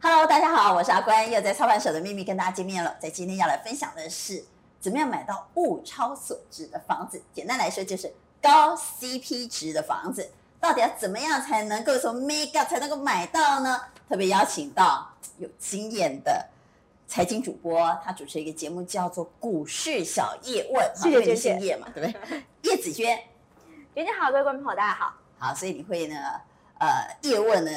Hello，大家好，我是阿关，又在操盘手的秘密跟大家见面了。在今天要来分享的是，怎么样买到物超所值的房子？简单来说，就是高 CP 值的房子，到底要怎么样才能够从 make up 才能够买到呢？特别邀请到有经验的财经主播，他主持一个节目叫做《股市小叶问》，谢谢好就谢谢姓叶嘛，对不对？叶子娟，袁姐好，各位观众朋友大家好。好，所以你会呢，呃，叶问呢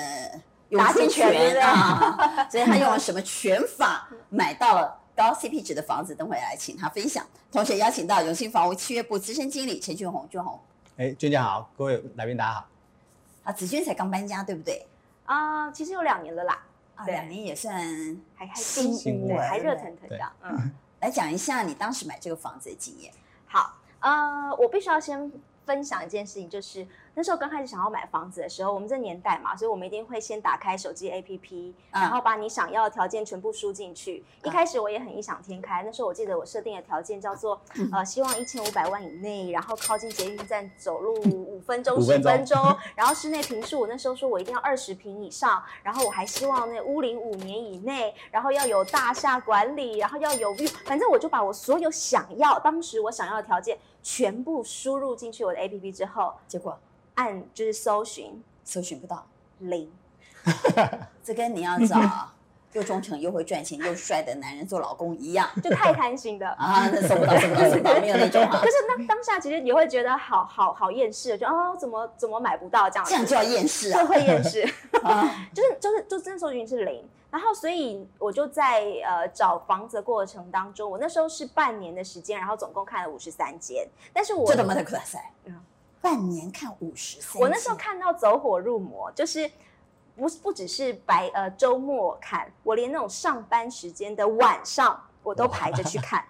有打进拳对不对啊，所以他用 了什么拳法买到了高 CP 值的房子？等会来请他分享。同时邀请到永信房屋契约部资深经理陈俊宏，俊宏哎，娟姐好，各位来宾大家好。啊，子君才刚搬家，对不对？啊、其实有两年了啦，啊，对两年也算。还还新新对，闻还热腾腾对的。 嗯，来讲一下你当时买这个房子的经验。好，呃，我必须要先分享一件事情，就是那时候刚开始想要买房子的时候，我们这年代嘛，所以我们一定会先打开手机 APP，、嗯然后把你想要的条件全部输进去。一嗯开始我也很异想天开，那时候我记得我设定的条件叫做，嗯呃，希望一千五百万以内，然后靠近捷运站 走路五分钟、五十分钟分钟，然后室内平数，我那时候说我一定要二十平以上，然后我还希望那屋龄五年以内，然后要有大厦管理，然后要有 view，反正我就把我所有想要，当时我想要的条件全部输入进去我的 APP 之后，结果按就是搜寻搜寻不到，零。这跟你 要找又忠诚又会赚钱又帅的男人做老公一样就太贪心 的啊，那搜不到，搜不到，搜不到，没有那种啊 可，是当当下其实你会觉得好好好厌世，就哦怎么怎么买不到这样子，这样就要厌世就啊会厌世。啊！就是就是就真的搜寻是零，然后所以我就在呃找房子的过程当中，我那时候是半年的时间，然后总共看了五十三间，但是我ちょっと待ってくださいうん。半年看五十三，嗯我那时候看到走火入魔，就是不不只是白呃周末看，我连那种上班时间的晚上我都排着去 看，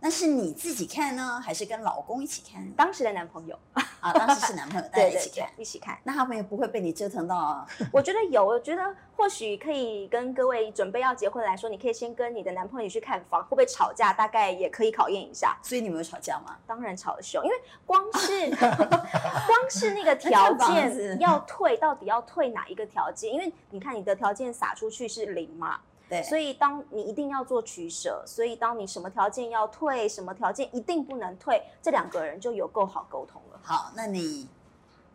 那是你自己看呢，还是跟老公一起看？当时的男朋友啊，当时是男朋 友带着对一对起对看。一起看。那他们也不会被你折腾到，我觉得有，我觉得或许可以跟各位准备要结婚来说，你可以先跟你的男朋友一起去看房，会不会吵架，大概也可以考验一下。所以你们有吵架吗？当然吵得凶，因为光 是光是那个条那看房子件要退，到底要退哪一个条件？因为你看你的条件撒出去是零嘛，对，所以当你一定要做取舍，所以当你什么条件要退，什么条件一定不能退，这两个人就有够好沟通了。好，那你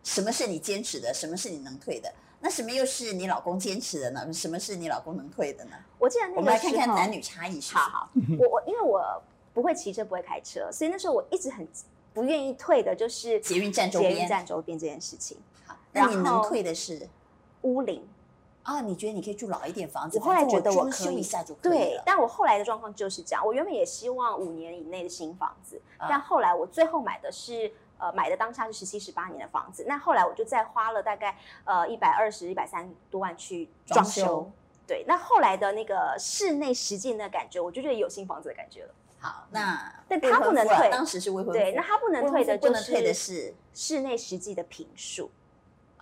什么是你坚持的？什么是你能退的？那什么又是你老公坚持的呢？什么是你老公能退的呢？我记得那个我们来看时看候男女差异是什好么。好，我我因为我不会骑车，不会开车，所以那时候我一直很不愿意退的就是捷运站周捷运边，站周边这件事情。好那你然能后退的是屋龄，啊？你觉得你可以住老一点房子？我后来反正觉得我装可修以一下就可以对了，。但我后来的状况就是这样。我原本也希望五年以内的新房子，啊但后来我最后买的是。呃，买的当下是十七、十八年的房子，那后来我就再花了大概呃一百二十、一百三多万去装修。装修对，那后来的那个室内实际那感觉，我就觉得有新房子的感觉了。好，那但未他婚不能夫啊退当时是未婚对，夫那他不能未退婚的夫就不能退的是是室内实际的平数，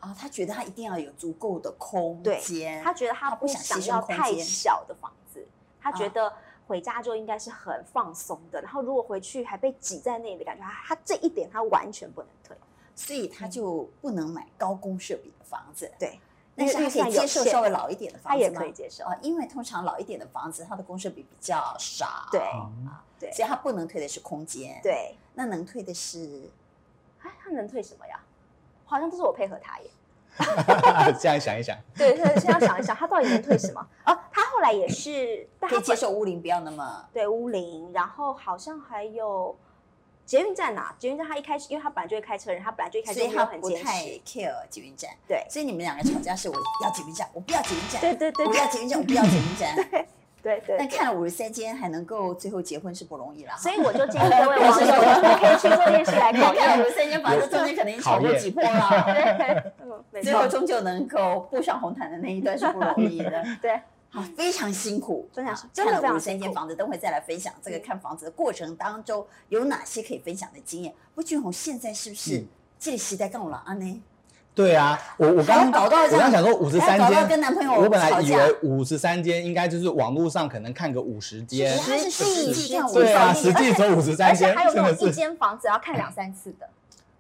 啊、他觉得他一定要有足够的空对间，他觉得他他不不想牺想牲要空太间小的房子，他觉啊得回家就应该是很放松的。然后如果回去还被挤在那里的感觉，他他这一点他完全不能退。所以他嗯就不能买高公设比的房子，对，但因为是他可以预算接有受限稍微老一点的房他子也吗可以接受。啊，因为通常老一点的房子，它的公设比比较少，对 对所以他不能退的是空间，，对，那能退的是哎，他能退什么呀？好像都是我配合他耶。这样想一想，对，所以现在想一想，他到底能退什么？哦，他后来也是，但可他以接本受屋龄不要那么对乌林，然后好像还有捷运站呐、捷运站他一开始，因为他本来就会开车人，他本来就一开所始以没他有很不坚太持。 care 捷运站，对所以你们两个吵架是我要捷运站，我不要捷运站，对对对我不要捷运站，我不要捷运站。对对但看了五十三间，还能够最后结婚是不容易了哈。所以我就建议 各位网友可以去做练习来 考 看了验。五十三间房子，中间可能吵过几波了， 对，嗯，没最后错，终究能够步上红毯的那一段是不容易的。对，好，非常辛苦， 真的啊是真的看非了五常十三辛苦嗯间房子，等会再来分享这个看房子的过程当中有哪些可以分享的经验。不，俊宏现在是不是嗯这个时代跟我了啊？呢，对啊，我我还要刚哎搞到我这样刚想说五十还三要搞到跟间，男朋友我本吵来以架，为五十三间应该就是网络上可能看个五十间，他是实际看五对啊，十实间，际只有五十而三且间还有，真那的种一是间房子要看两三次的，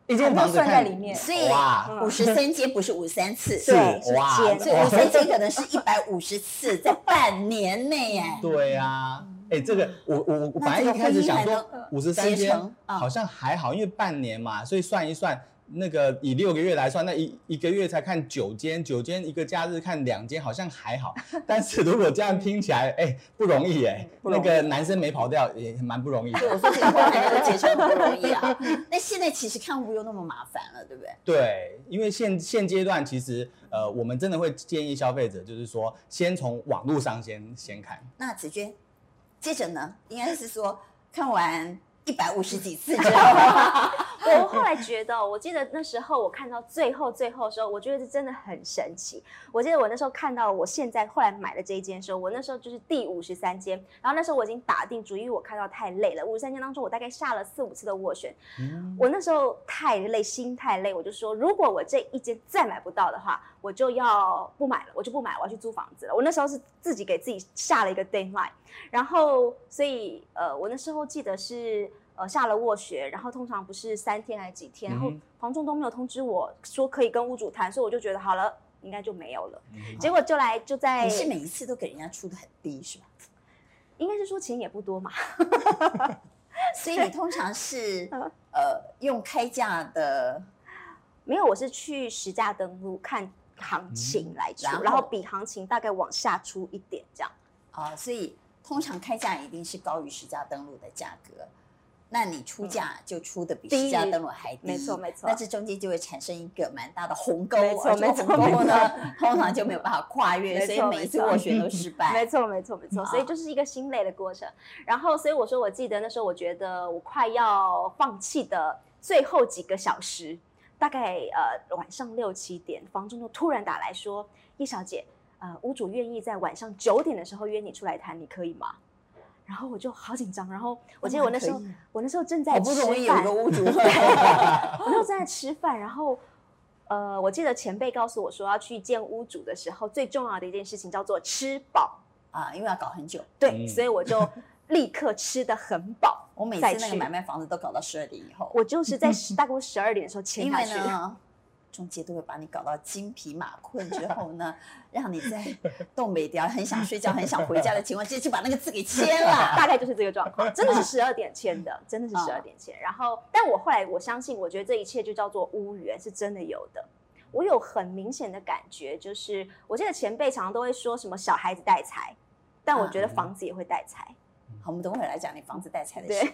一间房子算在看里面所以哇，五十三间不是五三次，是嗯对是哇，间所以哇五三间可能是一百五十次，在半年内哎，对呀，哎，这个我我我本来那这个一开始想婚姻说还能呃五结十三成间啊好像还好，因为半年嘛，所以算一算，那个以六个月来算，那一一个月才看九间，九间一个假日看两间，好像还好。 但是如果这样听起来，哎，不容易哎，不容那易个男生没跑掉也蛮不容易的。对，我说这个婚还能结成很不容易啊。那现在其实看屋又那么麻烦了，对不对？对，因为现现阶段其实呃，我们真的会建议消费者，就是说先从网络上先先看。那子娟，接着呢，应该是说看完一百五十几次之后，我后来觉得，我记得那时候我看到最后最后的时候，我觉得这真的很神奇。我记得我那时候看到我现在后来买的这一间的时候，我那时候就是第五十三间，然后那时候我已经打定主意，因为我看到太累了。五十三间当中，我大概下了四五次的斡旋，嗯我那时候太累，心太累，我就说，如果我这一间再买不到的话，我就要不买了，我就不买，我要去租房子了。我那时候是自己给自己下了一个 deadline，然后所以呃，我那时候记得是呃下了斡旋，然后通常不是三天还是几天，然后嗯哼房仲都没有通知我说可以跟屋主谈，所以我就觉得好了，应该就没有了。嗯结果就来就在你是每一次都给人家出的很低是吧？应该是说钱也不多嘛，所以你通常是呃用开价的，没有，我是去实价登录看行嗯情来出，然后然后比行情大概往下出一点这样。啊、所以通常开价一定是高于实价登录的价格。那你出价就出的比嗯低实价登录还低，没错没错那这中间就会产生一个蛮大的鸿沟，啊没错而这个没错鸿沟没呢，通常就没有办法 跨越，没所错以每一次没错斡旋都失败。 没错，没错，没错。所以啊就是一个心累的过程。然后，所以我说，我记得那时候，我觉得我快要放弃的最后几个小时，大概呃晚上六七点，房东就突然打来说：“叶小姐，呃，屋主愿意在晚上九点的时候约你出来谈，你可以吗？”然后我就好紧张。然后我记得我那时候当然可以啊，我那时候正在好不容易吃有饭一个屋主，我那时候正在吃饭，然后呃，我记得前辈告诉我说，要去见屋主的时候，最重要的一件事情叫做吃饱。 啊，因为要搞很久。对，嗯所以 我就立刻吃的很饱。我每次再那个去买卖房子都搞到十二点以后，我就是 在十大概十二点的时候签因下为去。 呢，中介都会把你搞到金疲马困之后呢，让你在 东北调很想睡觉、很想回家的情况之下，就把那个字给 签了。 嗯大概就是这个状 况，真的是十二点签的，真的是十二点签。然后，但我后来我相信，我觉得这一切就叫做污缘，是真的有的。我有很明显的感觉，就是我记得前辈常常都会说什么小孩子带财，但我觉得嗯房子也会带财。好，我们等会儿来讲你房子带财的事对。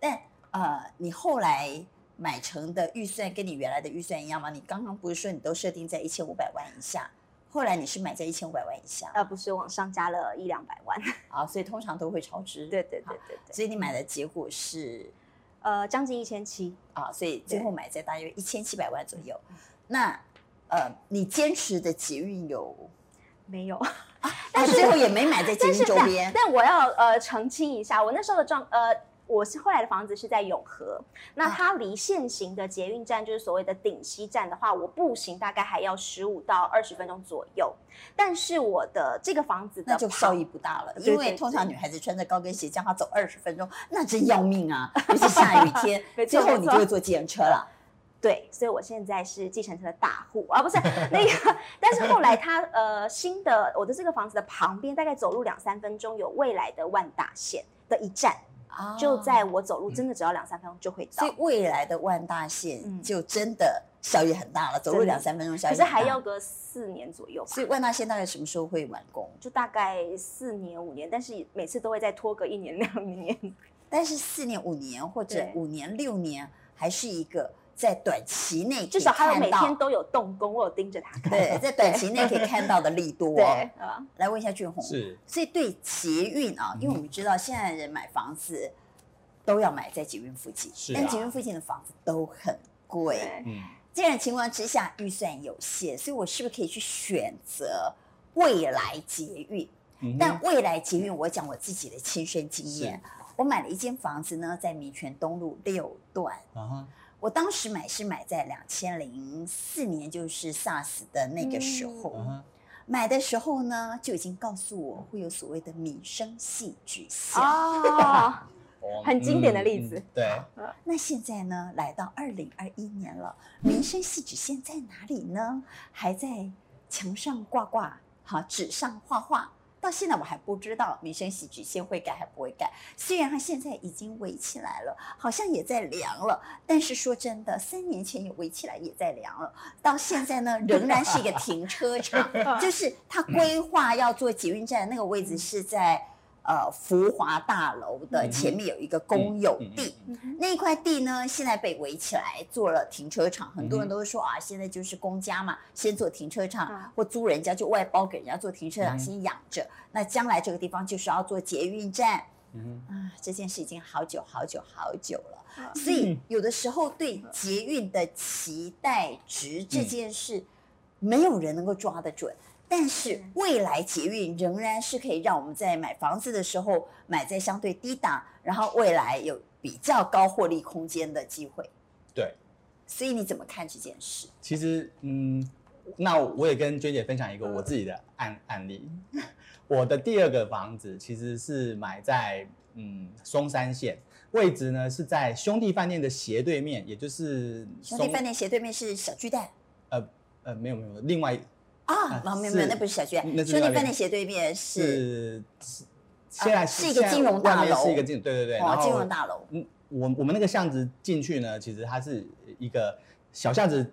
但呃，你后来买成的预算跟你原来的预算一样吗？你刚刚不是说你都设定在一千五百万以下，后来你是买在一千五百万以下呃，不是往上加了一两百万。啊，所以通常都会超支。 对，对对对对，所以你买的结果是呃，将近一千七。啊，所以最对后买在大约一千七百万左右。那呃，你坚持的捷运有，没有，但最后也没买在捷但运是周但边。但我要呃澄清一下，我那时候的状呃，我是后来的房子是在永和，那啊它离现行的捷运站就是所谓的顶溪站的话，我步行大概还要十五到二十分钟左右。但是我的这个房子的那就旁效益不大了，对因对为对通常女孩子穿着高跟鞋叫她走二十分钟，那真要命啊！尤其下雨 天没，最错后你没就错会坐计程车了。对，所以我现在是计程车的大户啊，不 是那个。但是后来它呃新的我的这个房子的旁边，大概走路两三分钟有未来的万大线的一站，啊就在我走路真的只要两三分钟就会到所以。未来的万大线嗯就真的效益很大了，走路真的两三分钟效益可很是大。还要个四年左右吧。所以万大线大概什么时候会完工？就大概四年五年，但是每次都会再拖个一年两年。 但是四年、五年或者对五年、六年，还是一个在短期内可以至少他有看每到天都有动工，我有盯着他看。 对， 在短期内可以看到的力度对哦。啊，来问一下俊宏，是所以对捷运啊，嗯因为我们知道现在人买房子都要买在捷运附近，是但啊捷运附近的房子都很贵。对，嗯。这样的情况之下，预算有限，所以我是不是可以去选择未来捷运？嗯哼但未来捷运，我讲我自己的亲身经验，我买了一间房子呢，在民权东路六段。啊哈我当时买是买在两千零四年，就是 SARS 的那个时候。啊哈买的时候呢，就已经告诉我会有所谓的民生戏剧性。哦，哦很经典的例子嗯嗯对，那现在呢，来到二零二一年了，民生戏纸线在哪里呢？还在墙上挂挂，好，纸上画画。到现在我还不知道民生喜剧线会改还不会改，虽然它现在已经围起来了，好像也在凉了，但是说真的，三年前有围起来也在凉了，到现在呢仍然是一个停车 场，哦就是它规划要做捷运站那个位置是在呃福华大楼的前面有一个公有嗯嗯嗯地，嗯哼那一块地呢，现在被围起来做了停车场，很多嗯人哼都会说啊，现在就是公家嘛，先做停车场，啊哎或租人家就外包给人家做停车场，嗯先养着。那将来这个地方就是要做捷运站嗯啊，这件事已经好久好久好久了。啊所嗯以有的时候对捷运的期待值嗯这件事，没有人能够抓得准。但是嗯未来捷运仍然是可以让我们在买房子的时候买在相对低档，然后未来有比较高获利空间的机会。对。所以你怎么看这件事？其实，嗯，那我也跟娟姐分享一个嗯我自己的案、案例。 我的第二个房子其实是买在嗯松山县，位置呢是在兄弟饭店的斜对面，也就是兄弟松饭店斜对面是小巨蛋呃呃没有没有，另外啊啊，没有没有没有，是那不是小巨蛋，那是兄弟外面饭店斜对面是哦啊是是现在、是一个金融大外面是一楼个金对对对，哦然，后金融大楼，嗯，我我们那个巷子进去呢，其实它是一个小巷子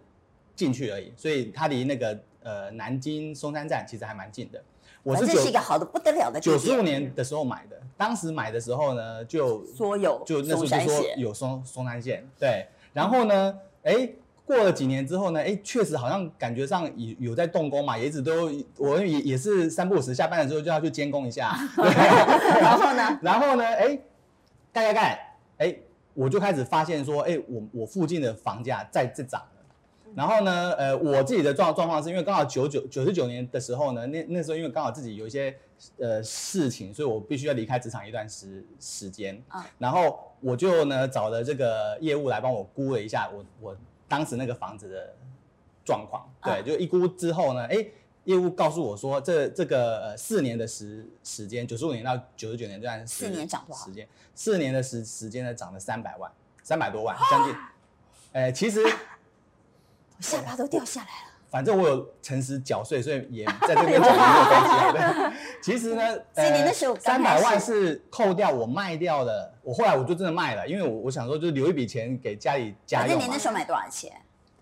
进去而已，所以它离那个呃南京松山站其实还蛮近的。我反是正九是一个好的不得了的地九十五点。年的时候买的，当时买的时候呢，就所有就那时候松山就说县有松松山线，对。然后呢，哎，过了几年之后呢，哎，确实好像感觉上有有在动工嘛，也一直都我也也是三不五时下班的时候就要去监工 一下，然后呢？然后呢，哎，盖盖盖，哎，我就开始发现说，哎，我我附近的房价在在涨了。然后呢，呃，我自己的状状况是因为刚好九九九十九年的时候呢，那那时候因为刚好自己有一些呃事情，所以我必须要离开职场一段时时间。啊然后我就呢找了这个业务来帮我估了一下我我当时那个房子的状况。对，啊就一估之后呢，哎、业务告诉我说，这这个呃四年的时时间，九十五年到九十九年这段时四年涨多少时间四年的时时间呢，涨了三百万，三 百多万，将近。哎、其实我下巴都掉下来了。反正我有诚实缴税，所以也在这边讲没有关 系啊。对其实呢，所呃以你那时候刚开三百始万是扣掉我卖掉的，我后来我就真的卖了，因为我我想说就留一笔钱给家里家反正用你嘛那。时候买多少钱？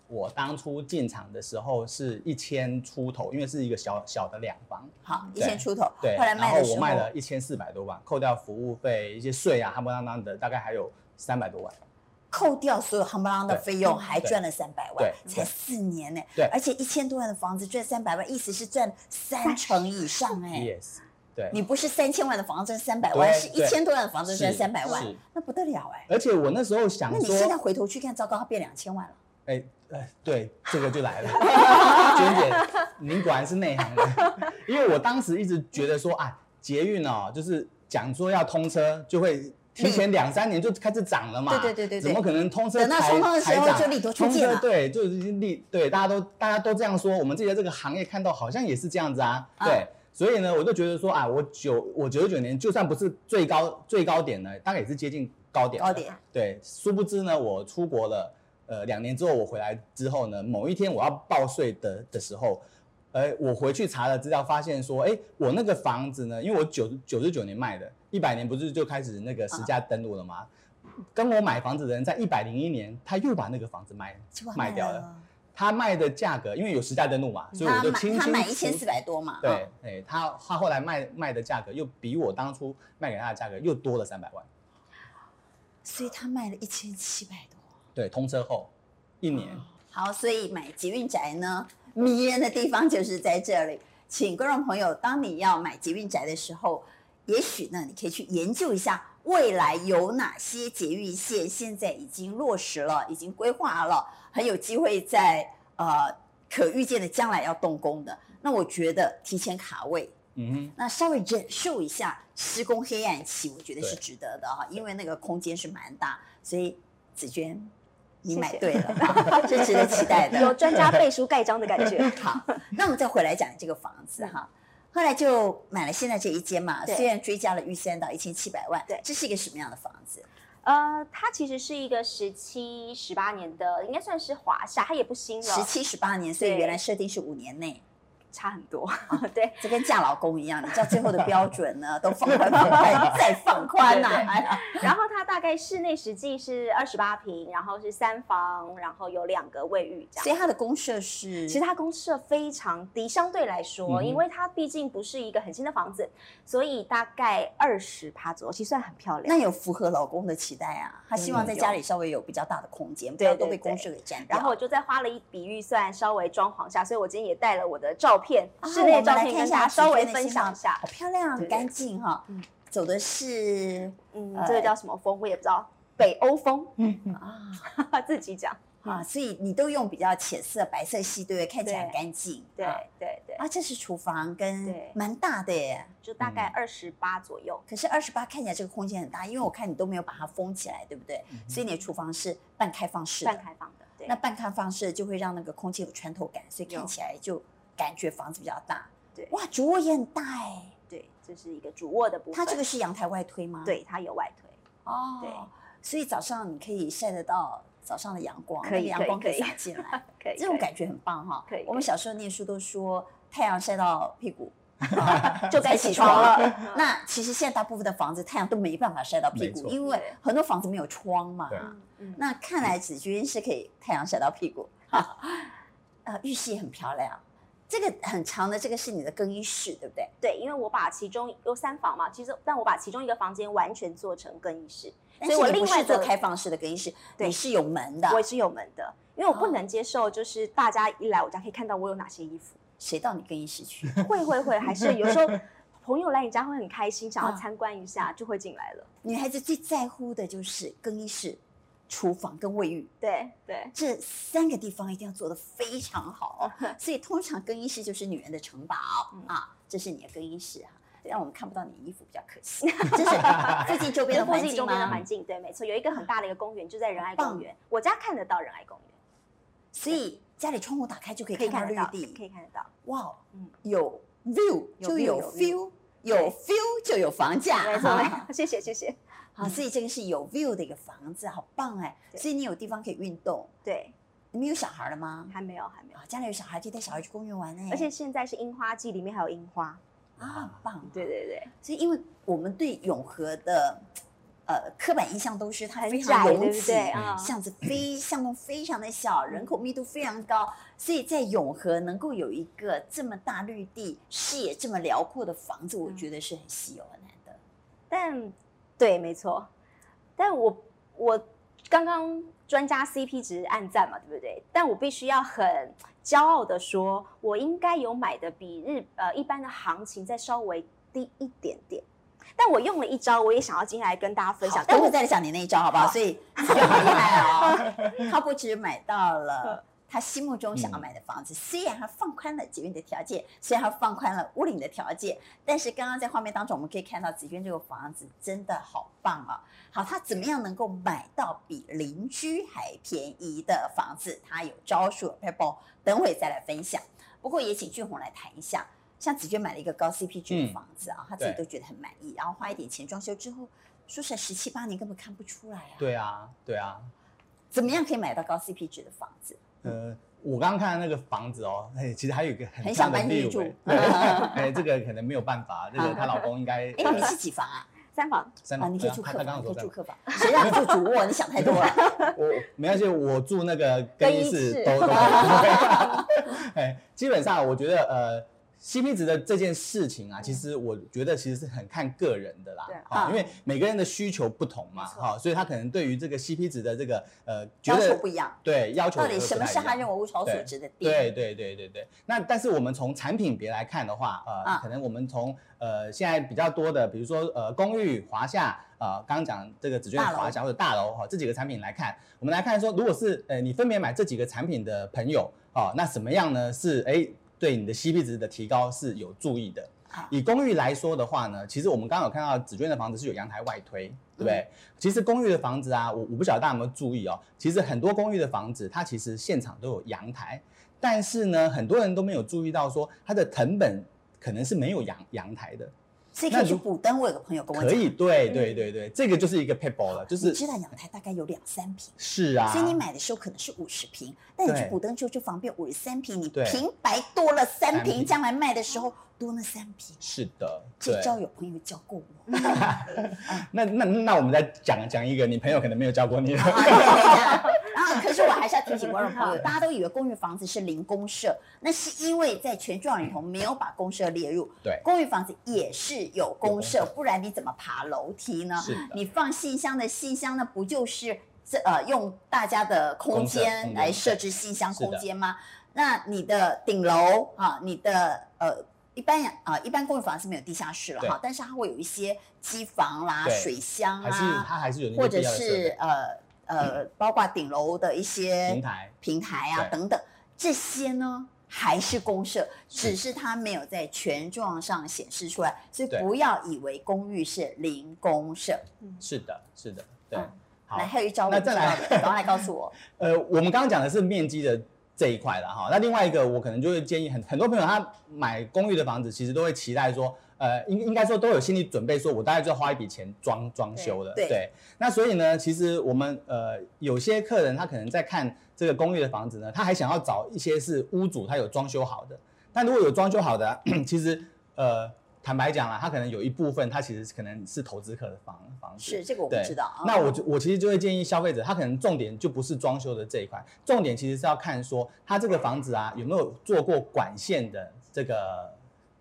我当初进场的时候是一千出头，因为是一个小小的两房。好，一嗯对千出头。对，后来然卖后的时我候，卖了一千四百多万，扣掉服务费、一些税啊、哈不当当的，大概还有三百多万。扣掉所有夯不啷的对费用，嗯还赚了三百万对，才对四年呢。对而且一千多万的房子赚三百万，意思是赚三成以上哎。 Yes，对，你不是三千万的房子赚三百万，对是一对千多万的房子赚三百万是，那不得了哎。而且我那时候想那你现在说，回头去看，糟糕，它变两千万了。哎哎，对，这个就来了，娟姐，您果然是内行人，因为我当时一直觉得说啊，捷运哦，就是讲说要通车就会。提前两三年就开始涨了嘛？嗯对对对对对怎么可能通车才？等到通通的时候才涨就利多出尽了通车对，就已经利对，大家都大家都这样说，我们自己在这个行业看到好像也是这样子啊。啊对，所以呢，我就觉得说啊，我九我九十九年就算不是最高最高点呢，当然也是接近高点了。高点对，殊不知呢，我出国了，呃，两年之后我回来之后呢，某一天我要报税的的时候，呃，我回去查了资料，发现说，哎，我那个房子呢，因为我九九十九年卖的，一百年不是就开始那个实价登录了吗？跟我买房子的人在一百零一年，他又把那个房子卖就把它卖掉了。了。他卖的价格，因为有实价登录嘛，所以我他就买清清他买一楚千四百多嘛，对，啊哎、他他后来卖卖的价格又比我当初卖给他的价格又多了三百万。所以他卖了一千七百多。对，通车后一年，哦好，所以买集运宅呢，迷人的地方就是在这里。请观众朋友，当你要买集运宅的时候，也许呢，你可以去研究一下未来有哪些捷运线现在已经落实了，已经规划了，很有机会在呃可预见的将来要动工的。那我觉得提前卡位，嗯哼。那稍微忍受一下施工黑暗期，我觉得是对值得的哈，因为那个空间是蛮大，所以子娟，你谢买谢对了哈，是值得期待有的。专家背书盖章的感觉。好，那我们再回来讲这个房子哈。后来就买了现在这一间嘛，嗯对虽然追加了预算到一千七百万，对这是一个什么样的房子？呃，它其实是一个十七、十八年的，应该算是华夏，它也不新十了，七十八年，所以对原来设定是五年内，差很多。 对，这跟嫁老公一样，你知道最后的标准呢，都放 宽放宽再放宽呐、对对哎呀然后它大概室内实际是二十八平，然后是三房，然后有两个卫浴这所以样。它的公社是，其实它公设非常低，相对来说，嗯因为它毕竟不是一个很新的房子，所以大概二十趴左右，其实算很漂亮那。有符合老公的期待啊，他希望在家里稍微有比较大的空间，不要嗯对对都被公对社给占掉。然后我就再花了一笔预算，稍微装潢下，所以我今天也带了我的照片，啊室内我们照来看片一跟下大家稍微十分的分新享房一下好。漂亮，对很对干净哈嗯。走的是嗯呃，这个叫什么风？我也不知道，北欧风， 啊自己讲。啊，所以你都用比较浅色、白色系，对不对？看起来很嗯对干净。对啊对对，啊，这是厨房跟对蛮大的耶，就大概嗯二十八左右。可是二十八看起来这个空间很大，因为我看你都没有把它封起来，对不对？嗯哼所以你的厨房是半开放式的，半开放的，对，那半开放式就会让那个空气有穿透感，所以有看起来就感觉房子比较大。对哇，主卧也很大哎，对，这是一个主卧的部分。它这个是阳台外推吗？，对，它有外推，哦，对，所以早上你可以晒得到早上的阳光，可那以个阳可以光可以可以洒进来， 可以这种可以感觉很棒哈。可以可以我们小时候念书都说太阳晒到屁 股啊就该起床 了。那那其实现在大部分的房子太阳都没办法晒到屁没股，错因为对很多房子没有窗嘛。对啊嗯那看来子君是可以太阳晒到屁股。呃，浴室也很漂亮，这个很长的，这个是你的更衣室，对不对？对，因为我把其中有三房嘛，其实但我把其中一个房间完全做成更衣室，但是所以我你不另外是做的开放式的更衣室，对你是有门的。我也是有门的，因为我不哦能接受就是大家一来我家可以看到我有哪些衣服，谁到你更衣室 去？会会会，还是有 时候朋友来你家会很开心，想要啊参观一下就会进来了。女孩子最在乎的就是更衣室、厨房跟卫浴对对，这三个地方一定要做得非常 好哦。所以通常更衣室就是女人的城堡嗯啊，这是你的更衣室哈、让我们看不到你的衣服比较可 惜。这是附近周边的附环近境周边的吗环？境，对，没错，有一个很大的一个公园，就在仁爱公棒园，我家看得到仁爱公园。所以家里窗户打开就可以可以看看到绿得到，可地。以看得到。哇，哦嗯有 view 有就 view，有有 feel，有 feel 就有房价，没错，没 错，谢谢谢谢。好，所以这个是有 view 的一个房子，好棒哎！对所以你有地方可以运动。对，你们有小孩了吗？还没有还没有，啊，家里有小孩就带小孩去公园玩哎，而且现在是樱花季，里面还有樱花。啊，很棒。对对对，所以因为我们对永和的呃刻板印象都是它非很常窄，对拥不挤，对啊？巷子非巷弄非常的小，人口密度非常高，所以在永和能够有一个这么大绿地、视野这么辽阔的房子，我嗯觉得是很稀有很难得。但对，没错。但我我刚刚专家 CP 值暗赞嘛，对不对？但我必须要很骄傲的说，我应该有买的比日呃一般的行情再稍微低一点点。但我用了一招，我也想要今天来跟大家分享好。但待我会再来讲你那一招好不好？好所以你好厉害 哦！他不止买到嗯了他心目中想要买的房子，虽然他放宽了捷运的条件，虽然他放宽了屋龄的条件，但是刚刚在画面当中我们可以看到紫娟这个房子真的好棒哦！好，他怎么样能够买到比邻居还便宜的房子？他有招数 p e p l e 等会再来分享。不过也请俊宏来谈一下。像子娟买了一个高 CP 值的嗯房子啊，他自己对都觉得很满意，然后花一点钱装修之后，说实在，十七八年根本看不出来啊。，对啊，对啊，怎么样可以买到高 CP 值的房子？呃，我刚刚看到那个房子哦，哎，其实还有一个很很像想的搬进去 view，住啊哎对，哎，这个可能没有办法，这个她老公应该 哎，你是几房啊？三房三啊，你可以对住她客她刚房，刚你可以住客说三房，谁让你住主 卧？你想太多了。我没关系，我住那个更衣更衣室室都都可以。 哎，基本上我觉得呃，CP 值的这件事情啊，其实我觉得其实是很看个人的啦对，啊，嗯因为每个人的需求不同嘛，没错哈、所以他可能对于这个 CP 值的这个呃，觉要求得不一样，对要求到底可能什不么太是一他样认为物超所值的点？对对对对对，那但是我们从产品别来看的话，呃，啊可能我们从呃现在比较多的，比如说呃公寓、华夏，呃刚刚讲这个紫娟的大楼华夏或者大楼哈、这几个产品来看，我们来看说，如果是呃你分别买这几个产品的朋友哦，那什么样呢是哎对你的 CP 值的提高是有注意的好。以公寓来说的话呢，其实我们刚刚有看到紫娟的房子是有阳台外推，对不对？嗯其实公寓的房子啊，我我不晓得大家有没有注意哦，其实很多公寓的房子它其实现场都有阳台，但是呢，很多人都没有注意到说它的藤本可能是没有阳阳台的，所以可以那去如补灯。我有个朋友跟我讲，可以，对嗯对对对，这个就是一个 paper 了，就你是知道阳台大概有两三平。是啊，所以你买的时候可能是五十平，但你去对补灯之后就方便五十三平，你对平白多了三三平，平将来卖的时候多那三平。是的，这对。招有朋友教过我，那那那我们再讲讲一个，你朋友可能没有教过你啊的，然后啊可是我还是要提醒观众 朋友，大家都以为公寓房子是零公社，那是因为在权状里头没有把公社列入。对公寓房子也是有公有社公，不然你怎么爬楼梯呢？是的你放信箱的信箱，那不就是这呃用大家的空公社空间间来设置信箱是的空间吗？那你的顶楼啊，你的呃。一般啊、一般公寓房是没有地下室了对哈，但是它会有一些机房啦、对水箱还是啊，他还是有那或个者必要的设是哎备呃呃，包括顶楼的一些平台，平台啊对等等，这些呢还是公社，是只是它没有在权状上显示出来，所以对不要以为公寓是零公社。是的，是的，对嗯。好来，，还有一招我那不知再道来的，赶快来告诉 我。呃，我们刚刚讲的是面积的这一块了哈。那另外一个，我可能就会建议很很多朋友他买公寓的房子，其实都会期待说，呃，应应该说都有心理准备，说我大概就要花一笔钱装装修的。对那所以呢，其实我们呃有些客人他可能在看这个公寓的房子呢，他还想要找一些是屋主他有装修好的。但如果有装修好的啊， 其实呃坦白讲啦，他可能有一部分他其实可能是投资客的房房子。是这个我不对，知道啊。那我就我其实就会建议消费者，他可能重点就不是装修的这一块，重点其实是要看说他这个房子啊有没有做过管线的这个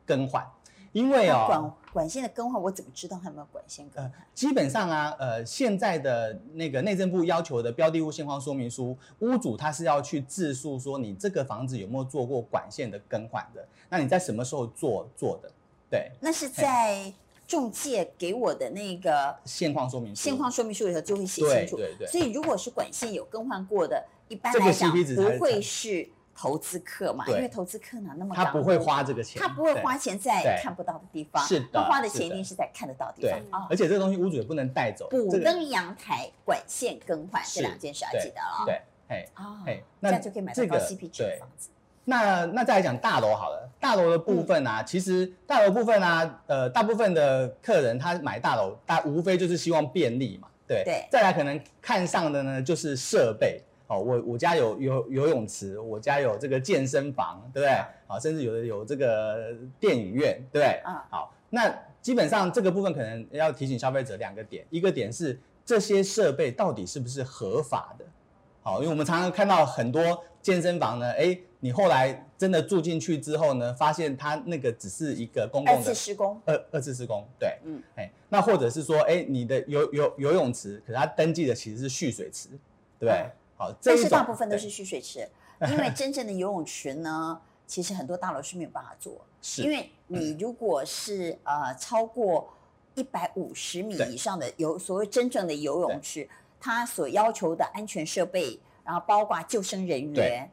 更换，因为那哦管。管线的更换，我怎么知道它有没有管线更呃换？，基本上啊，呃，现在的那个内政部要求的标的物现况说明书，屋主他是要去自述说你这个房子有没有做过管线的更换的，那你在什么时候做做的？对，那是在中介给我的那个现况说明书。现况说明书里头就会写对清楚。对对所以如果是管线有更换过的，一般这个来讲 CP 值才不会是投资客嘛，因对为投资客哪那么他刚不会入花这个钱，他不会对花钱在对看不到的地方，是的他花的是钱一的定是在看得到的地对方啊。而且这个东西屋主也不能带走，补这个灯、阳台、管线更换这是两件事要对记得了啊。对，哎，啊嘿，这那样就可以买到这高个 CP 值的对房子。嗯那那再来讲大楼好了，大楼的部分啊，其实大楼部分啊，呃，大部分的客人他买大楼，他无非就是希望便利嘛，对，对再来可能看上的呢就是设备。哦，我我家有有游泳池，我家有这个健身房，对不对？好、甚至有的有这个电影院，对不对？嗯好，那基本上这个部分可能要提醒消费者两个点，一个点是这些设备到底是不是合法的，好，因为我们常常看到很多健身房呢，哎，你后来真的住进去之后呢，发现它那个只是一个公二共次的施工，二二次施工，对，嗯嗯，哎，那或者是说，哎，你的游游游泳池，可是它登记的其实是蓄水池，对不对嗯？好，这但一是种大部分都对是蓄水池，因为真正的游泳池呢，其实很多大楼是没有办法做，是嗯因为你如果是呃超过一百五十米对以上的游，所谓真正的游泳对池，它所要求的安全设备，然后包括救生人对员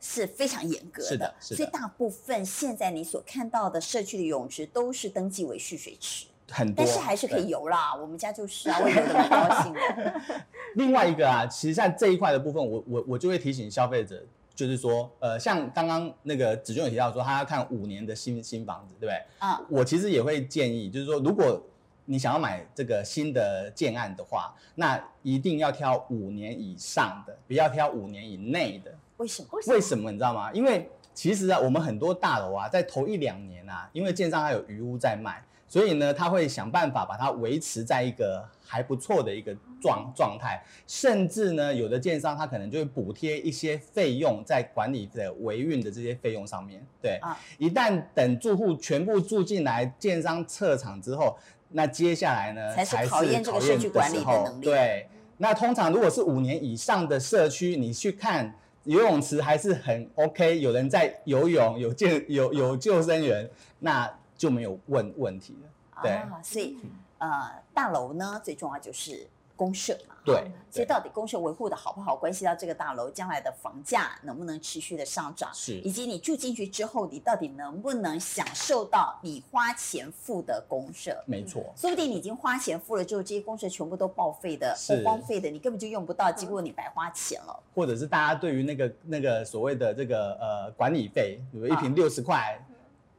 是非常严格的。是的是的所以大部分现在你所看到的社区的泳池都是登记为蓄水池，很多，但是还是可对以游啦。我们家就是 啊，我游的蛮高兴啊的。另外一个啊，其实在这一块的部分，我我我就会提醒消费者，就是说，呃，像刚刚那个子俊有提到说，他要看五年的新新房子，对不对？啊，我其实也会建议，就是说，如果你想要买这个新的建案的话，那一定要挑五年以上的，不要挑五年以内的。为什么？ 为什么你知道吗？因为其实啊，我们很多大楼啊，在头一两年啊，因为建商还有余屋在卖，所以呢，他会想办法把它维持在一个还不错的一个状状态，甚至呢，有的建商他可能就会补贴一些费用在管理的维运的这些费用上面。对，啊一旦等住户全部住进来，建商撤场之后，那接下来呢才是考验这个考验社区的管理时的候能力啊对，那通常如果是五年以上的社区，你去看游泳池还是很 OK，有人在游泳，有健有有救生员，那就没有问问题了。对啊，所以呃，大楼呢最重要就是公社嘛。对，所以对到底公社维护的好不好，关系到这个大楼将来的房价能不能持续的上涨，是以及你住进去之后，你到底能不能享受到你花钱付的公社。没错，说不定你已经花钱付了之后，这些公社全部都报废的、或是荒废的，你根本就用不到，结果你白花钱了。或者是大家对于那个那个所谓的这个呃管理费，比如一啊瓶六十块。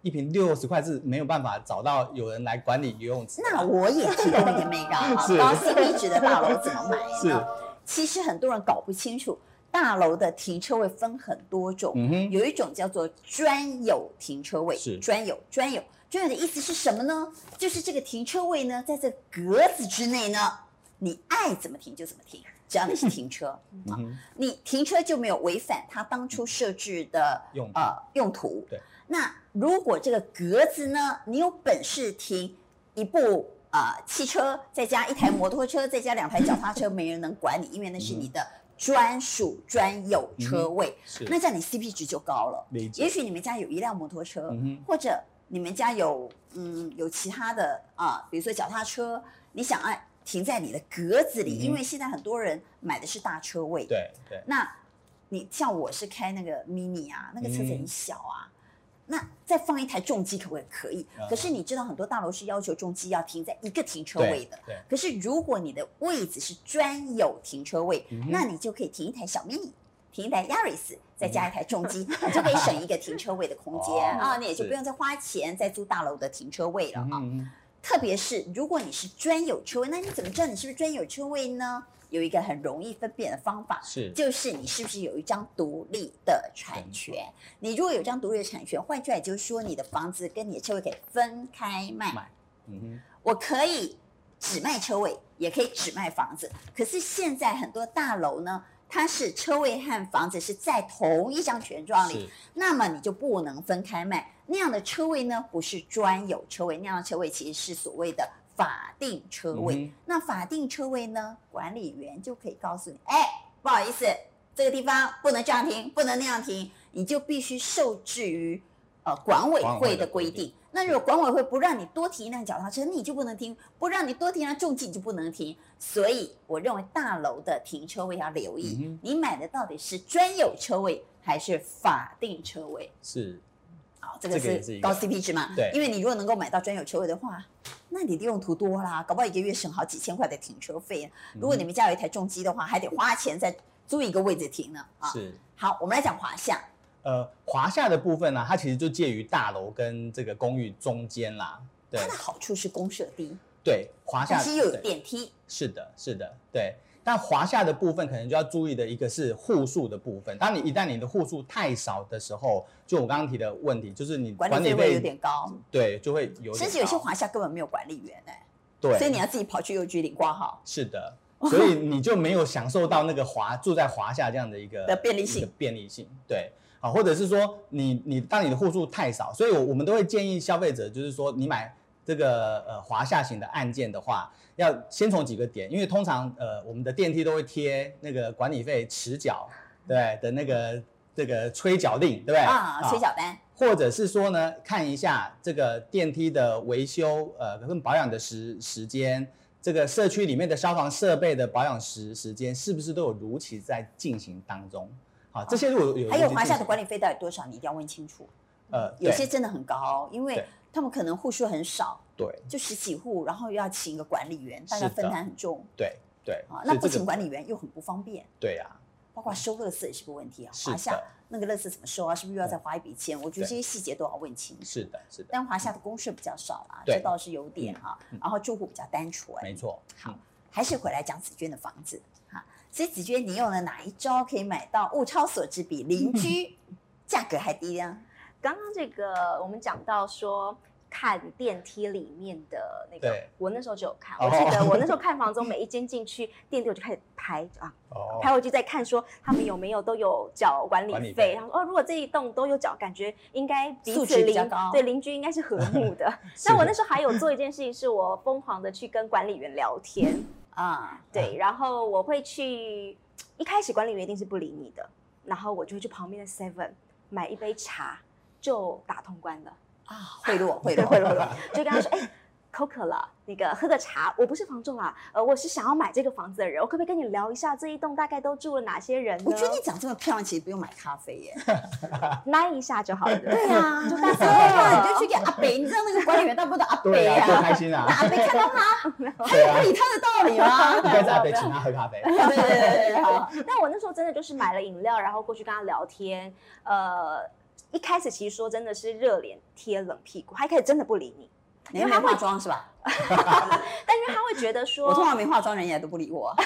一瓶六十块是没有办法找到有人来管理游泳池的。那我也提供一个 mega 啊，是高 CP 值的大楼怎么买是呢？其实很多人搞不清楚，大楼的停车位分很多种，嗯哼，有一种叫做专有停车位，是专有专有专有的意思是什么呢？就是这个停车位呢，在这格子之内呢，你爱怎么停就怎么停，只要你是停车，嗯哼，你停车就没有违反它当初设置的嗯用途呃用途。对，那如果这个格子呢，你有本事停一部呃汽车，再加一台摩托车，再加两台脚踏车，没人能管你，因为那嗯是你的专属专有车位，是那这样你 CP 值就高了。理也解。许你们家有一辆摩托车，嗯哼，或者你们家有嗯有其他的啊，比如说脚踏车，你想按停在你的格子里，嗯哼因为现在很多人买的是大车位。，对对，那你像我是开那个 mini 啊，那个车子很嗯小啊。那再放一台重机可不可以？可以。啊可是你知道很多大楼是要求重机要停在一个停车对位的。对，可是如果你的位置是专有停车位，嗯哼嗯那你就可以停一台小 mini，停一台 Yaris，再加一台重机，你就可以省一个停车位的空间哦啊，你也就不是用再花钱再租大楼的停车位了嗯啊。哼，特别是如果你是专有车位，那你怎么知道你是不是专有车位呢？有一个很容易分辨的方法，是就是你是不是有一张独立的产权？你如果有一张独立的产权，换句话也就是说，你的房子跟你的车位可以分开卖。卖嗯哼，我可以只卖车位，也可以只卖房子。可是现在很多大楼呢，它是车位和房子是在同一张权状里，是那么你就不能分开卖。那样的车位呢，不是专有车位，那样的车位其实是所谓的法定车位。嗯哼那法定车位呢，管理员就可以告诉你，哎，不好意思，这个地方不能这样停，不能那样停，你就必须受制于呃管委管委会会的的规规定定。那如果管委会不让你多停一辆脚踏车，你就不能停；不让你多停一辆重机，你就不能停。所以，我认为大楼的停车位要留意，嗯哼你买的到底是专有车位还是法定车位？是啊、这个这个也是是一个高 CP 值嘛？对因为你如果能够买到专有车位的话，那你的用途多啦，搞不好一个月省好几千块的停车费。啊嗯如果你们家有一台重机的话，还得花钱再租一个位置停呢。啊，是。好，我们来讲华夏。呃，华夏的部分呢、它其实就介于大楼跟这个公寓中间啦。对它的好处是公设低，对，华夏但是又有对电梯。是的，是的，对。但华夏的部分可能就要注意的一个是户数的部分。当你一旦你的户数太少的时候，就我刚刚提的问题，就是你管理费会有点高，对就会有点高，甚至有些华夏根本没有管理员哎、对，所以你要自己跑去邮局领挂号。是的，所以你就没有享受到那个华住在华夏这样的一个的便利性一个便利性，对。好，或者是说你你当你的户数太少，所以我我们都会建议消费者，就是说你买这个呃华夏型的按键的话，要先从几个点，因为通常呃我们的电梯都会贴那个管理费迟缴对的那个这个催缴令，对不对？啊，好水饺单或者是说呢，看一下这个电梯的维修，呃，跟保养的时时间，这个社区里面的消防设备的保养时时间，是不是都有如期在进行当中？好，这些如果有哦还有华夏的管理，理费到底多少，你一定要问清楚。呃，有对些真的很高，因为对他们可能户数很少，对就十几户，然后又要请一个管理员，大家是的分担很重对对啊。所那以不这个请管理员又很不方便，对啊，包括收垃圾也是个问题啊。是华夏的，嗯那个垃圾怎么收啊？是不是又要再花一笔钱？我觉得对这些细节都要问清楚。是的，是的，但华夏的公社比较少啦，对这倒是有点哈、嗯然后住户比较单纯，没错。好嗯，还是回来讲紫娟的房子哈。所以紫娟，你用了哪一招可以买到物超所值比邻居 价格还低呢？刚刚这个我们讲到说。看电梯里面的那个对，我那时候就有看，哦我记得我那时 候看房中每一间进去电梯我就开始排啊，哦排回去再看说他们有没有都有缴管理管理费，费然后哦，如果这一栋都有缴，感觉应该彼素此质比邻较高对邻居应该是和睦 的。是那我那时候还有做一件事情，是我疯狂的去跟管理员聊天， 啊，对，然后我会去，一开始管理员一定是不理你的，然后我就会去旁边的 Seven 买一杯茶，就打通关 了，啊，贿赂贿对，赂会了会了，就跟他说，哎、口渴了，那个喝个茶。我不是房仲啊，呃，我是想要买这个房子的人，我可不可以跟你聊一下这一栋大概都住了哪些人呢？我觉得你长这么漂亮，其实不用买咖啡耶。拉一下就好了，对不 对对啊，就就大大家三都万，知你道就去给阿北，你知道那个管理员大部分都阿北对啊，多啊，开心啊！阿北看到他，还 对有啊不，理他的道理啊吗？应该在北请他喝 咖啡。对对 对对，好，但我那时候真的就是买了饮料，然后过去跟他聊天，呃。一一开始其实说真的是热脸贴冷屁股，他一开始真的不理你，你又没化妆是吧？但因为他会觉得说 我通常没化妆，人也都不理我。呃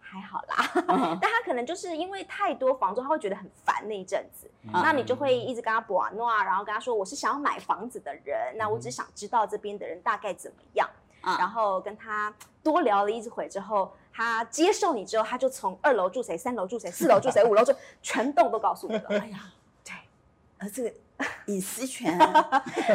还好啦，但他可能就是因为太多房租，他会觉得很烦那一阵子。嗯嗯那你就会一直跟他玩弄啊，然后跟他说我是想要买房子的人，那我只想知道这边的人大概怎么样，嗯然后跟他多聊了一会之后，他接受你之后，他就从二楼住谁、三楼住谁、四楼住谁、五楼住全栋都告诉你了。 哎呀，对，呃，这个隐私权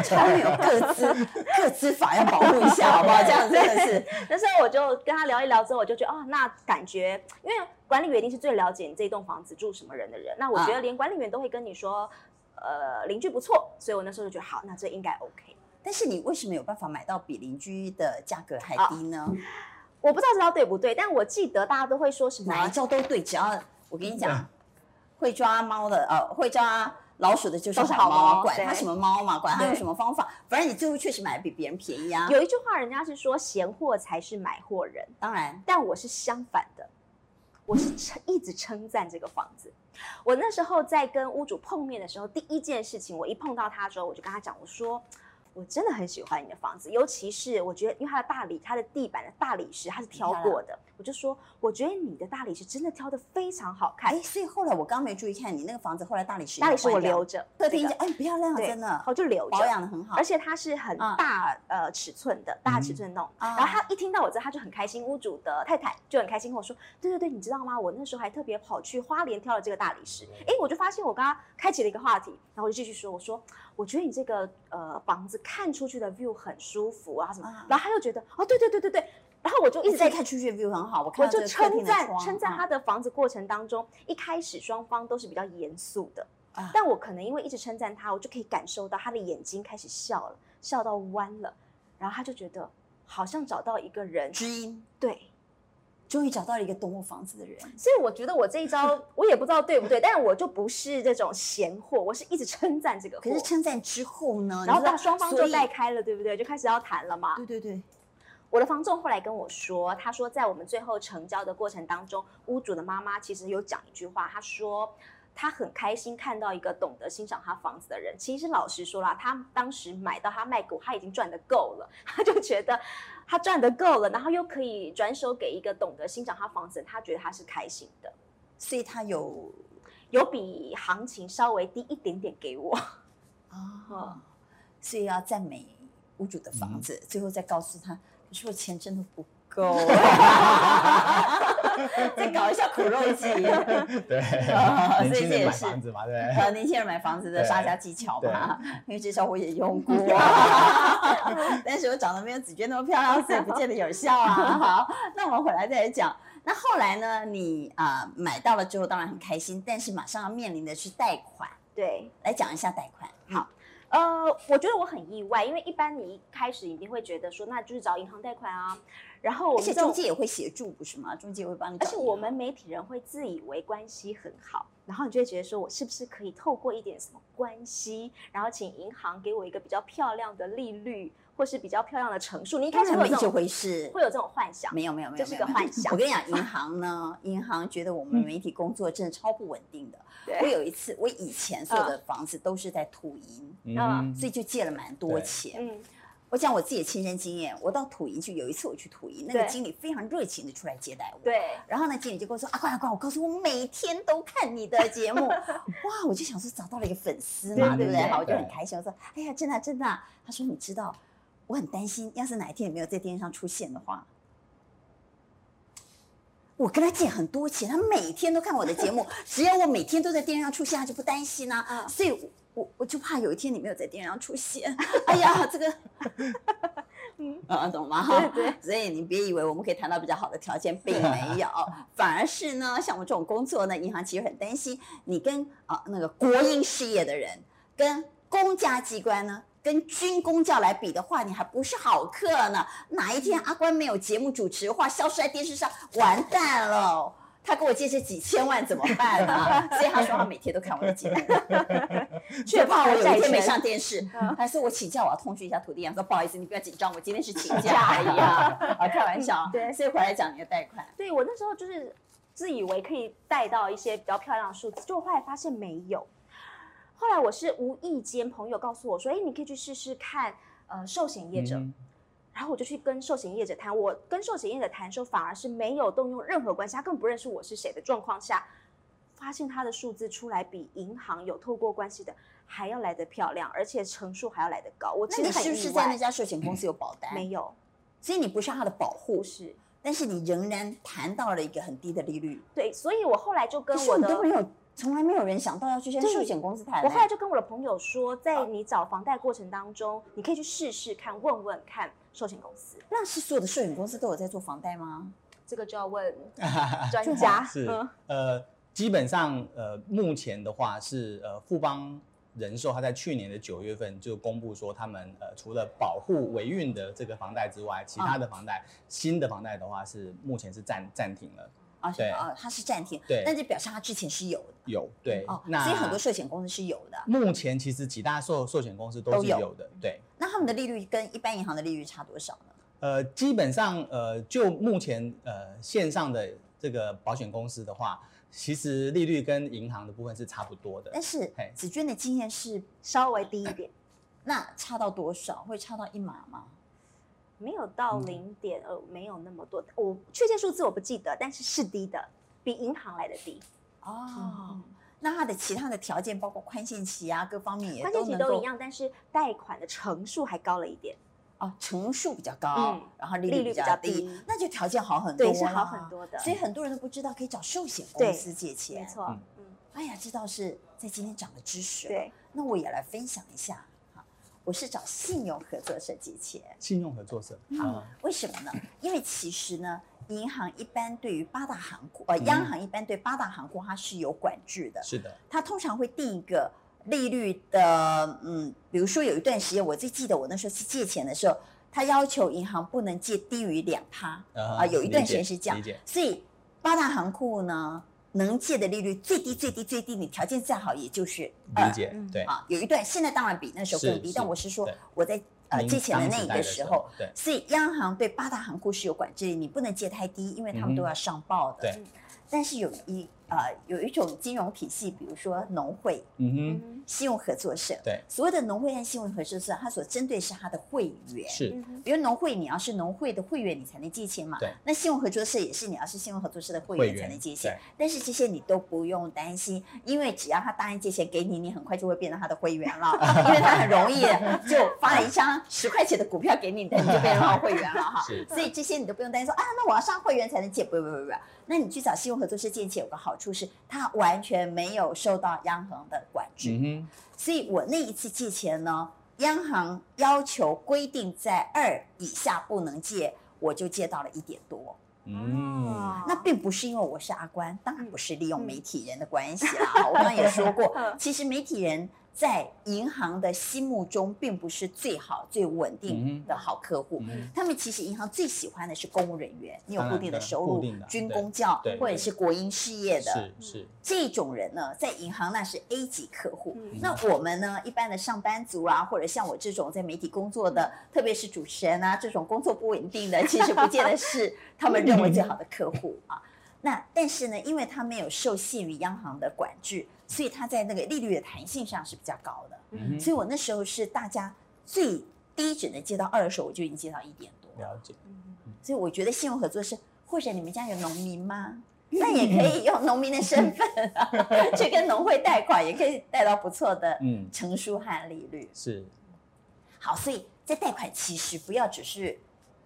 超没有各自各自法要保护一下，好不好？这样真的是那时候我就跟他聊一聊之后，我就觉得哦，那感觉因为管理员一定是最了解你这栋房子住什么人的人，那我觉嗯得连管理员都会跟你说，呃，邻居不错，所以我那时候就觉得好，那这应该 OK。但是你为什么有办法买到比邻居的价格还低呢？我不知道这道对不对，但我记得大家都会说什么哪一招都对，只要我跟你讲，会抓猫的呃，会抓老鼠的就是都是好好猫，猫管对它什么猫嘛，管它有对什么方法，反正你最后确实买的比别人便宜啊。有一句话，人家是说闲货才是买货人，当然，但我是相反的，我是称一直称赞这个房子。我那时候在跟屋主碰面的时候，第一件事情，我一碰到他之后，我就跟他讲，我说我真的很喜欢你的房子，尤其是我觉得，因为它的大理，它的地板的大理石，它是挑过嗯的，我就说我觉得你的大理石真的挑的非常好看哎，，所以后来我刚没注意看你那个房子，后来大理石大理石我换掉留了，着，客厅就这个哎不要亮，对真的我就留着保。养的很好而。且它是很嗯大、呃尺寸的，大尺寸弄。啊然后他一听到我这，他就很开心。屋主的太太就很开心跟我说：“对对对，你知道吗？我那时候还特别跑去花莲挑了这个大理石。诶，我就发现我刚刚开启了一个话题，然后我就继续说：我说我觉得你这个呃房子看出去的 view 很舒服啊什么。啊然后他又觉得哦对对对对对，然后我就一一直直在在看出去 view 很好，我我看到就这个客称厅的赞窗称赞嗯他的房子过程当中，一开始双方都是比较严肃的啊，但我可能因为一直称赞他，我就可以感受到他的眼睛开始笑了，笑到弯了，然后他就觉得好像找到一个人，知音，对，终于找到了一个懂我房子的人。所以我觉得我这 一招我也不知道对不对，但我就不是这种闲货，我是一直称赞这个货可，是称赞之后呢，然后你知道到双方所就以带开了，对不对？就开始要谈了嘛，对对对，我的房仲后来跟我说，他说在我们最后成交的过程当中，屋主的妈妈其实有讲一句话，他说。他很开心看到一个懂得欣赏他房子的人。其实老实说啦，他当时买到他卖给我，他已经赚得够了，他就觉得他赚得够了，然后又可以转手给一个懂得欣赏他房子的人，他觉得他是开心的，所以他有有比行情稍微低一点点给我。 啊，所以要赞美屋主的房子，最后再告诉他，可是我钱真的不 够，再搞一下苦肉计。对哦， 所以年轻这也人买是房子嘛，对不对。呃，年轻人买房子的杀价技巧嘛， 因为这招我也用过， 但是我长得没有子娟那么漂亮，所以不见得有效啊。 好，那我们回来再来讲。那后来呢？你啊、呃买到了之后当然很开心，但是马上要面临的是贷款，对，来讲一下贷款。好，呃，我觉得我很意外，因为一般你一开始一定会觉得说，那就是找银行贷款啊。然后我而们且这中种，介也会协助，不是吗？中介会帮你找而银且行。我们媒体人会自以为关系很好，然后你就会觉得说我是不是可以透过一点什么关系，然后请银行给我一个比较漂亮的利率，或是比较漂亮的乘数。你一开开始始会没有这这种回事，会有这种幻想，没有没有没有，这是个没有没有幻想嗯我跟你讲，银行呢，银行觉得我们媒体工作真的超不稳定的。我对，有一次，我以前所有的房子都是在土银，嗯所以就借了蛮多对钱。嗯，我讲我自己的亲身经验，我到土银去，有一次我去土银，那个对经理非常热情的出来接待我。对，然后呢，经理就跟我说：“阿啊关阿关，我告诉我每天都看你的节 目，哇！”我就想说找到了一个粉丝嘛，对对不对对？对好，我就很对开心，我说：“哎呀，真的啊真的啊。”他说：“你知道，我很担心，要是哪一天你没有在电视上出现的话，我跟他借很多钱，他每天都看我的节 目，只要我每天都在电视上出现，他就不担心啊。嗯所以我，我我就怕有一天你没有在电视上出现， 哎呀，这个，嗯，啊，懂吗？哈，对对所以你别以为我们可以谈到比较好的条件， 并没有，反而是呢，像我这种工作呢，银行其实很担心你跟啊、那个国营事业的人，跟公家机关呢，跟军公教来比的话，你还不是好客呢。哪一天阿关没有节目主持的话，消失在电视上，完蛋了。他给我借这几千万怎么办呢、 所以他说他每天都看我的节目，却怕我有一天没上电视。他说我请假，我要通知一下土地银行，说不好意思，你不要紧张，我今天是请假而已啊，啊开玩笑啊。对所以回来讲你的贷款，对我那时候就是自以为可以带到一些比较漂亮的数字，就后来发现没有。后来我是无意间朋友告诉我说，哎，你可以去试试看，呃，寿险业者。嗯然后我就去跟寿险业者谈，我跟寿险业者谈的时候，反而是没有动用任何关系，他根本不认识我是谁的状况下，发现他的数字出来比银行有透过关系的还要来得漂亮，而且成数还要来得高。我那其你实很是不意是在那外，家寿险公司有保单？没有，所以你不是他的保不护，是但是你仍然谈到了一个很低的利率。对，所以我后来就跟可是我你的都没有，从来没有人想到要去跟对寿险公司谈。欸我后来就跟我的朋友说，在你找房贷过程当中，你可以去试试看，问问看寿险公司，那是所有的寿险公司都有在做房贷吗？这个就要问就专啊好 家。是嗯呃，基本上呃，目前的话是呃，富邦人寿它在去年的九月份就公布说，他们呃除了保护维运的这个房贷之外，其他的房贷、新的房贷的话是目前是暂暂停了。啊，对啊，它是暂停，对但就表示它之前是有的有对，哦，那所以很多寿险公司是有的。目前其实几大寿寿险公司都都是有有的，对。那他们的利率跟一般银行的利率差多少呢？呃，基本上呃，就目前呃线上的这个保险公司的话，其实利率跟银行的部分是差不多的。但是嘿子娟的经验是，稍微低一点，那差到多少？会差到一码吗？没有到嗯零点二，没有那么多。我确切数字我不记得，但是是低的，比银行来的低。嗯哦，那它的其他的条件，包括宽限期啊，各方面也宽限期能都一够样，但是贷款的成数还高了一点。哦，成数比较高嗯，然后利率利率比比较较低低，那就条件好很多，啊对是好很多的所以很多人都不知道可以找寿险公对司借没钱。错，嗯嗯，哎呀，这倒是在今天长了知识。，对，那我也来分享一下哈，我是找信用合作社借钱。信用合作社，嗯嗯，为什么呢？因为其实呢，银行一般对于八大行库，呃，央嗯行一般对八大行库它是有管制的，是的，它通常会定一个利率的，嗯，比如说有一段时间，我最记得我那时候去借钱的时候，它要求银行不能借低于两趴，啊啊有一段时间是这样理解，所以八大行库呢，能借的利率最低最低最低，你条件再好也就是二理解嗯，对，啊，有一段现在当然比那时候更是低，是但我是说对我在呃您借钱的当那时一贷个的时候，，对，所以央行对八大行库是有管制，你不能借太低，因为他们都嗯哼要上报的。对嗯但是有一呃有一种金融体系，比如说农会、嗯哼，嗯信用合作社，对，所谓的农会和信用合作社，它所针对是它的会员。是嗯哼，比如农会，你要是农会的会员，你才能借钱嘛对。那信用合作社也是，你要是信用合作社的会会员才员能借钱。但是这些你都不用担心，因为只要他答应借钱给你，你很快就会变成他的会员 了，因为他很容易就发了一张十块钱的股票给你，你 就变成他的会员了哈。是所以这些你都不用担心说啊，那我要上会员才能借，不不不不，不那你去找信用合作社借钱有个好处是，它完全没有受到央行的管制。嗯所以我那一次借钱呢，央行要求规定在二以下不能借，我就借到了一点多。哼，嗯，啊那并不是因为我是阿关，当然不是利用嗯，媒体人的关系啦。 我刚刚也说过嗯其实媒体人在银行的心目中并不是最好、最稳定的好客户。嗯哼他们其实银行最喜欢的是公务人员，你有当固然定的当然收固入定的，军对工教对或者是国营事业的，嗯是是，这种人呢，在银行那是 A 级客户。嗯那我们呢，一般的上班族啊，或者像我这种在媒体工作的，特别是主持人啊，这种工作不稳定的，其实不见得是他们认为最好的客户啊。那但是呢，因为他没有受限于央行的管制，所以他在那个利率的弹性上是比较高的。嗯所哼，以我那时候是大家最低只能借到二的时候，我就已经借到一点多了。了解，嗯所以我觉得信用合作社，或者你们家有农民吗？嗯那也可以用农民的身份、 啊、去跟农会贷款，也可以贷到不错的嗯，成数和利率。是好，所以在贷款其实不要只是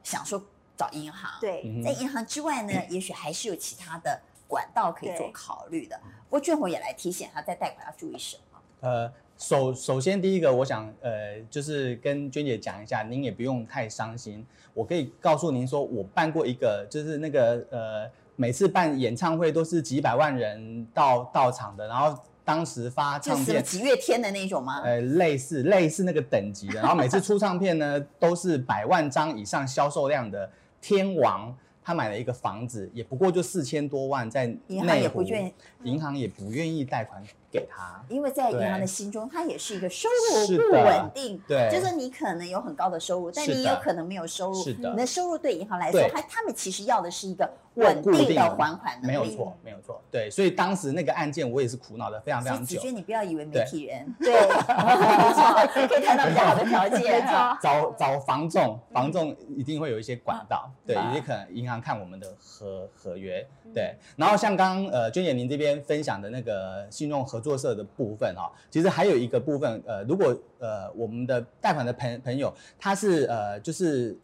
想说找银行，，对，嗯在哼银行之外呢，也许还是有其他的管道可以做对考虑的。不过卷红也来提醒他，在贷款要注意什么？呃，首首先第一个，我想呃，就是跟娟姐讲一下，您也不用太伤心。我可以告诉您说，我办过一个，就是那个呃，每次办演唱会都是几百万人到到场的，然后当时发就唱什么片。几月天的那种吗？呃，类似类似那个等级的，然后每次出唱片呢都是百万张以上销售量的天王，他买了一个房子，也不过就四千多万在银行内也不湖愿意银行也不愿意贷款给他。因为在银行的对心中，它也是一个收入是不的稳定，对就是你可能有很高的收入，但是你也有的可能没有收入。是的你的收入对银行来说对，它他们其实要的是一个稳固定定的还款能力。没有错，没有错。对，所以当时那个案件我也是苦恼的非常非所以常子久。娟，你不要以为媒对体人， 对，没错可以谈到比较好的条件。没 错找找房仲，嗯房仲一定会有一些管道，对，啊也可能银行看我们的合合约，嗯对。然后像刚刚呃娟姐您这边分享的那个信用合作社的部分啊、其实还有一个部分，呃，如果呃我们的贷款的朋朋友他是呃就是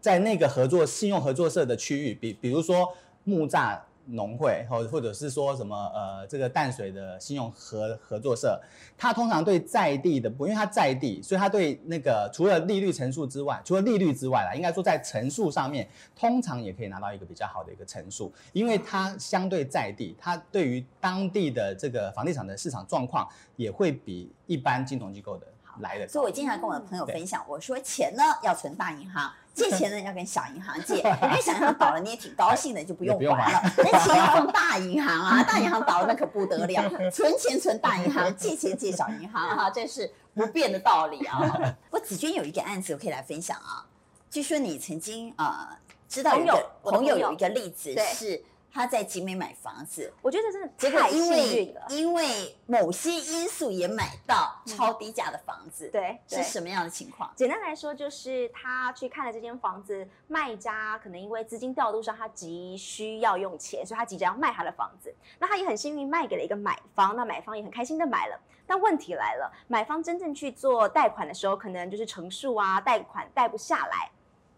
在那个合作信用合作社的区域，比比如说木栅农会，或或者是说什么呃这个淡水的信用合合作社，他通常对在地的部，因为他在地，所以他对那个除了利率乘数之外，除了利率之外啦，应该说在乘数上面，通常也可以拿到一个比较好的一个乘数，因为它相对在地，它对于当地的这个房地产的市场状况也会比一般金融机构的来的所以我经常跟我的朋友分享，我说钱呢要存大银行，借钱呢要跟小银行借，因为小银行倒了你也挺高兴的，就不用也不用还哎了。那钱要放大银行 啊，大银行倒了那可不得了，存钱存大银行，借钱借小银行啊，这是不变的道理 啊。我子娟有一个案子，我可以来分享啊。据说你曾经啊、呃知道有一朋友个我的朋友朋友有一个例子对是。他在集美买房子，我觉得真结的果太因幸运为了。因为某些因素也买到超低价的房子，对，是对。什么样的情况？简单来说，就是他去看了这间房子，卖家可能因为资金调度上他急需要用钱，所以他急着要卖他的房子。那他也很幸运卖给了一个买方，那买方也很开心的买了。但问题来了，买方真正去做贷款的时候，可能就是成数啊，贷款贷不下来，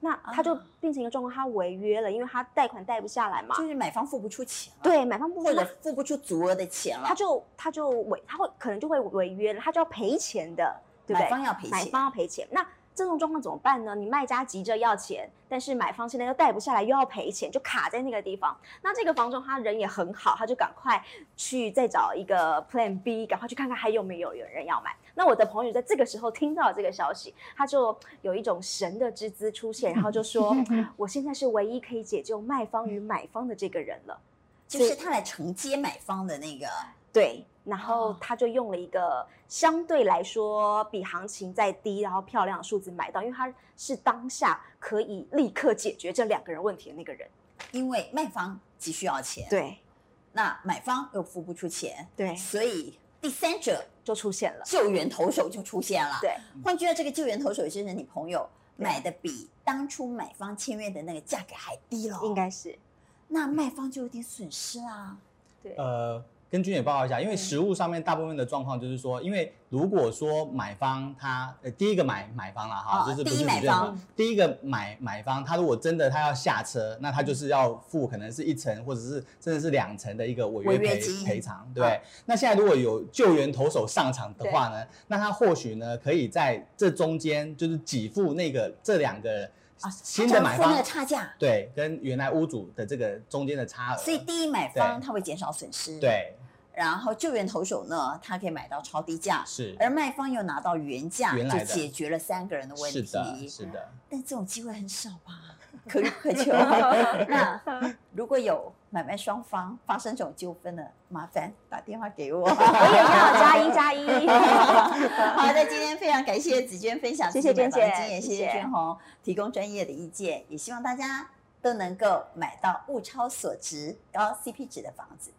那他就啊变成一个状况，他违约了，因为他贷款贷不下来嘛。就是买方付不出钱了，，对，买方不或付者那付不出足额的钱了他，就他就违，他会可能就会违约了，他就要赔钱的，对不买对？方要赔买钱。方要赔钱。那这种状况怎么办呢？你卖家急着要钱，但是买方现在又贷不下来，又要赔钱，就卡在那个地方。那这个房仲他人也很好，他就赶快去再找一个 Plan B，赶快去看看还有没有有人要买。那我的朋友在这个时候听到这个消息，他就有一种神的之姿出现，然后 就说：“我现在是唯一可以解救卖方与买方的这个人了。”就是他来承接买方的那个，对，然后哦他就用了一个相对来说比行情再低，然后漂亮的数字买到，因为他是当下可以立刻解决这两个人问题的那个人。因为卖方急需要钱，，对那买方又付不出钱，对，所以第三者就出现了。救援投手就出现了。对，换句话，这个救援投手就是你朋友对买的比当初买方签约的那个价格还低了，应，该是那卖方就有点损失啊啦。对。呃，跟君姐报告一下，嗯因为实物上面大部分的状况就是说，因为如果说买方他呃第一个买买方啦哈，哦就是不第一是买主建方方，第一个买买方他如果真的他要下车，那嗯他就是要付可能是一层或者是甚至是两层的一个违违约约赔金嗯赔偿，对不对。那现在如果有救援投手上场的话呢，那他或许呢可以在这中间就是给付那个这两个新啊他的只要买付那方个。差价，对，跟原来屋主的这个中间的差额，所以第一买方呃对他会减少损失，，对然后救援投手呢，他可以买到超低价，是而卖方又拿到原价，原就来的解决了三个人的问是题。的，是的，但这种机会很少吧？ 可遇不可求。那 如果有买卖双方发生这种纠纷的，麻烦打电话给 我。我也要加一加一， 好的，今天非常感谢子娟分享自谢己谢买房的娟姐经验，谢谢谢谢娟红提供专业的意见，也希望大家都能够买到物超所值、高 CP 值的房子。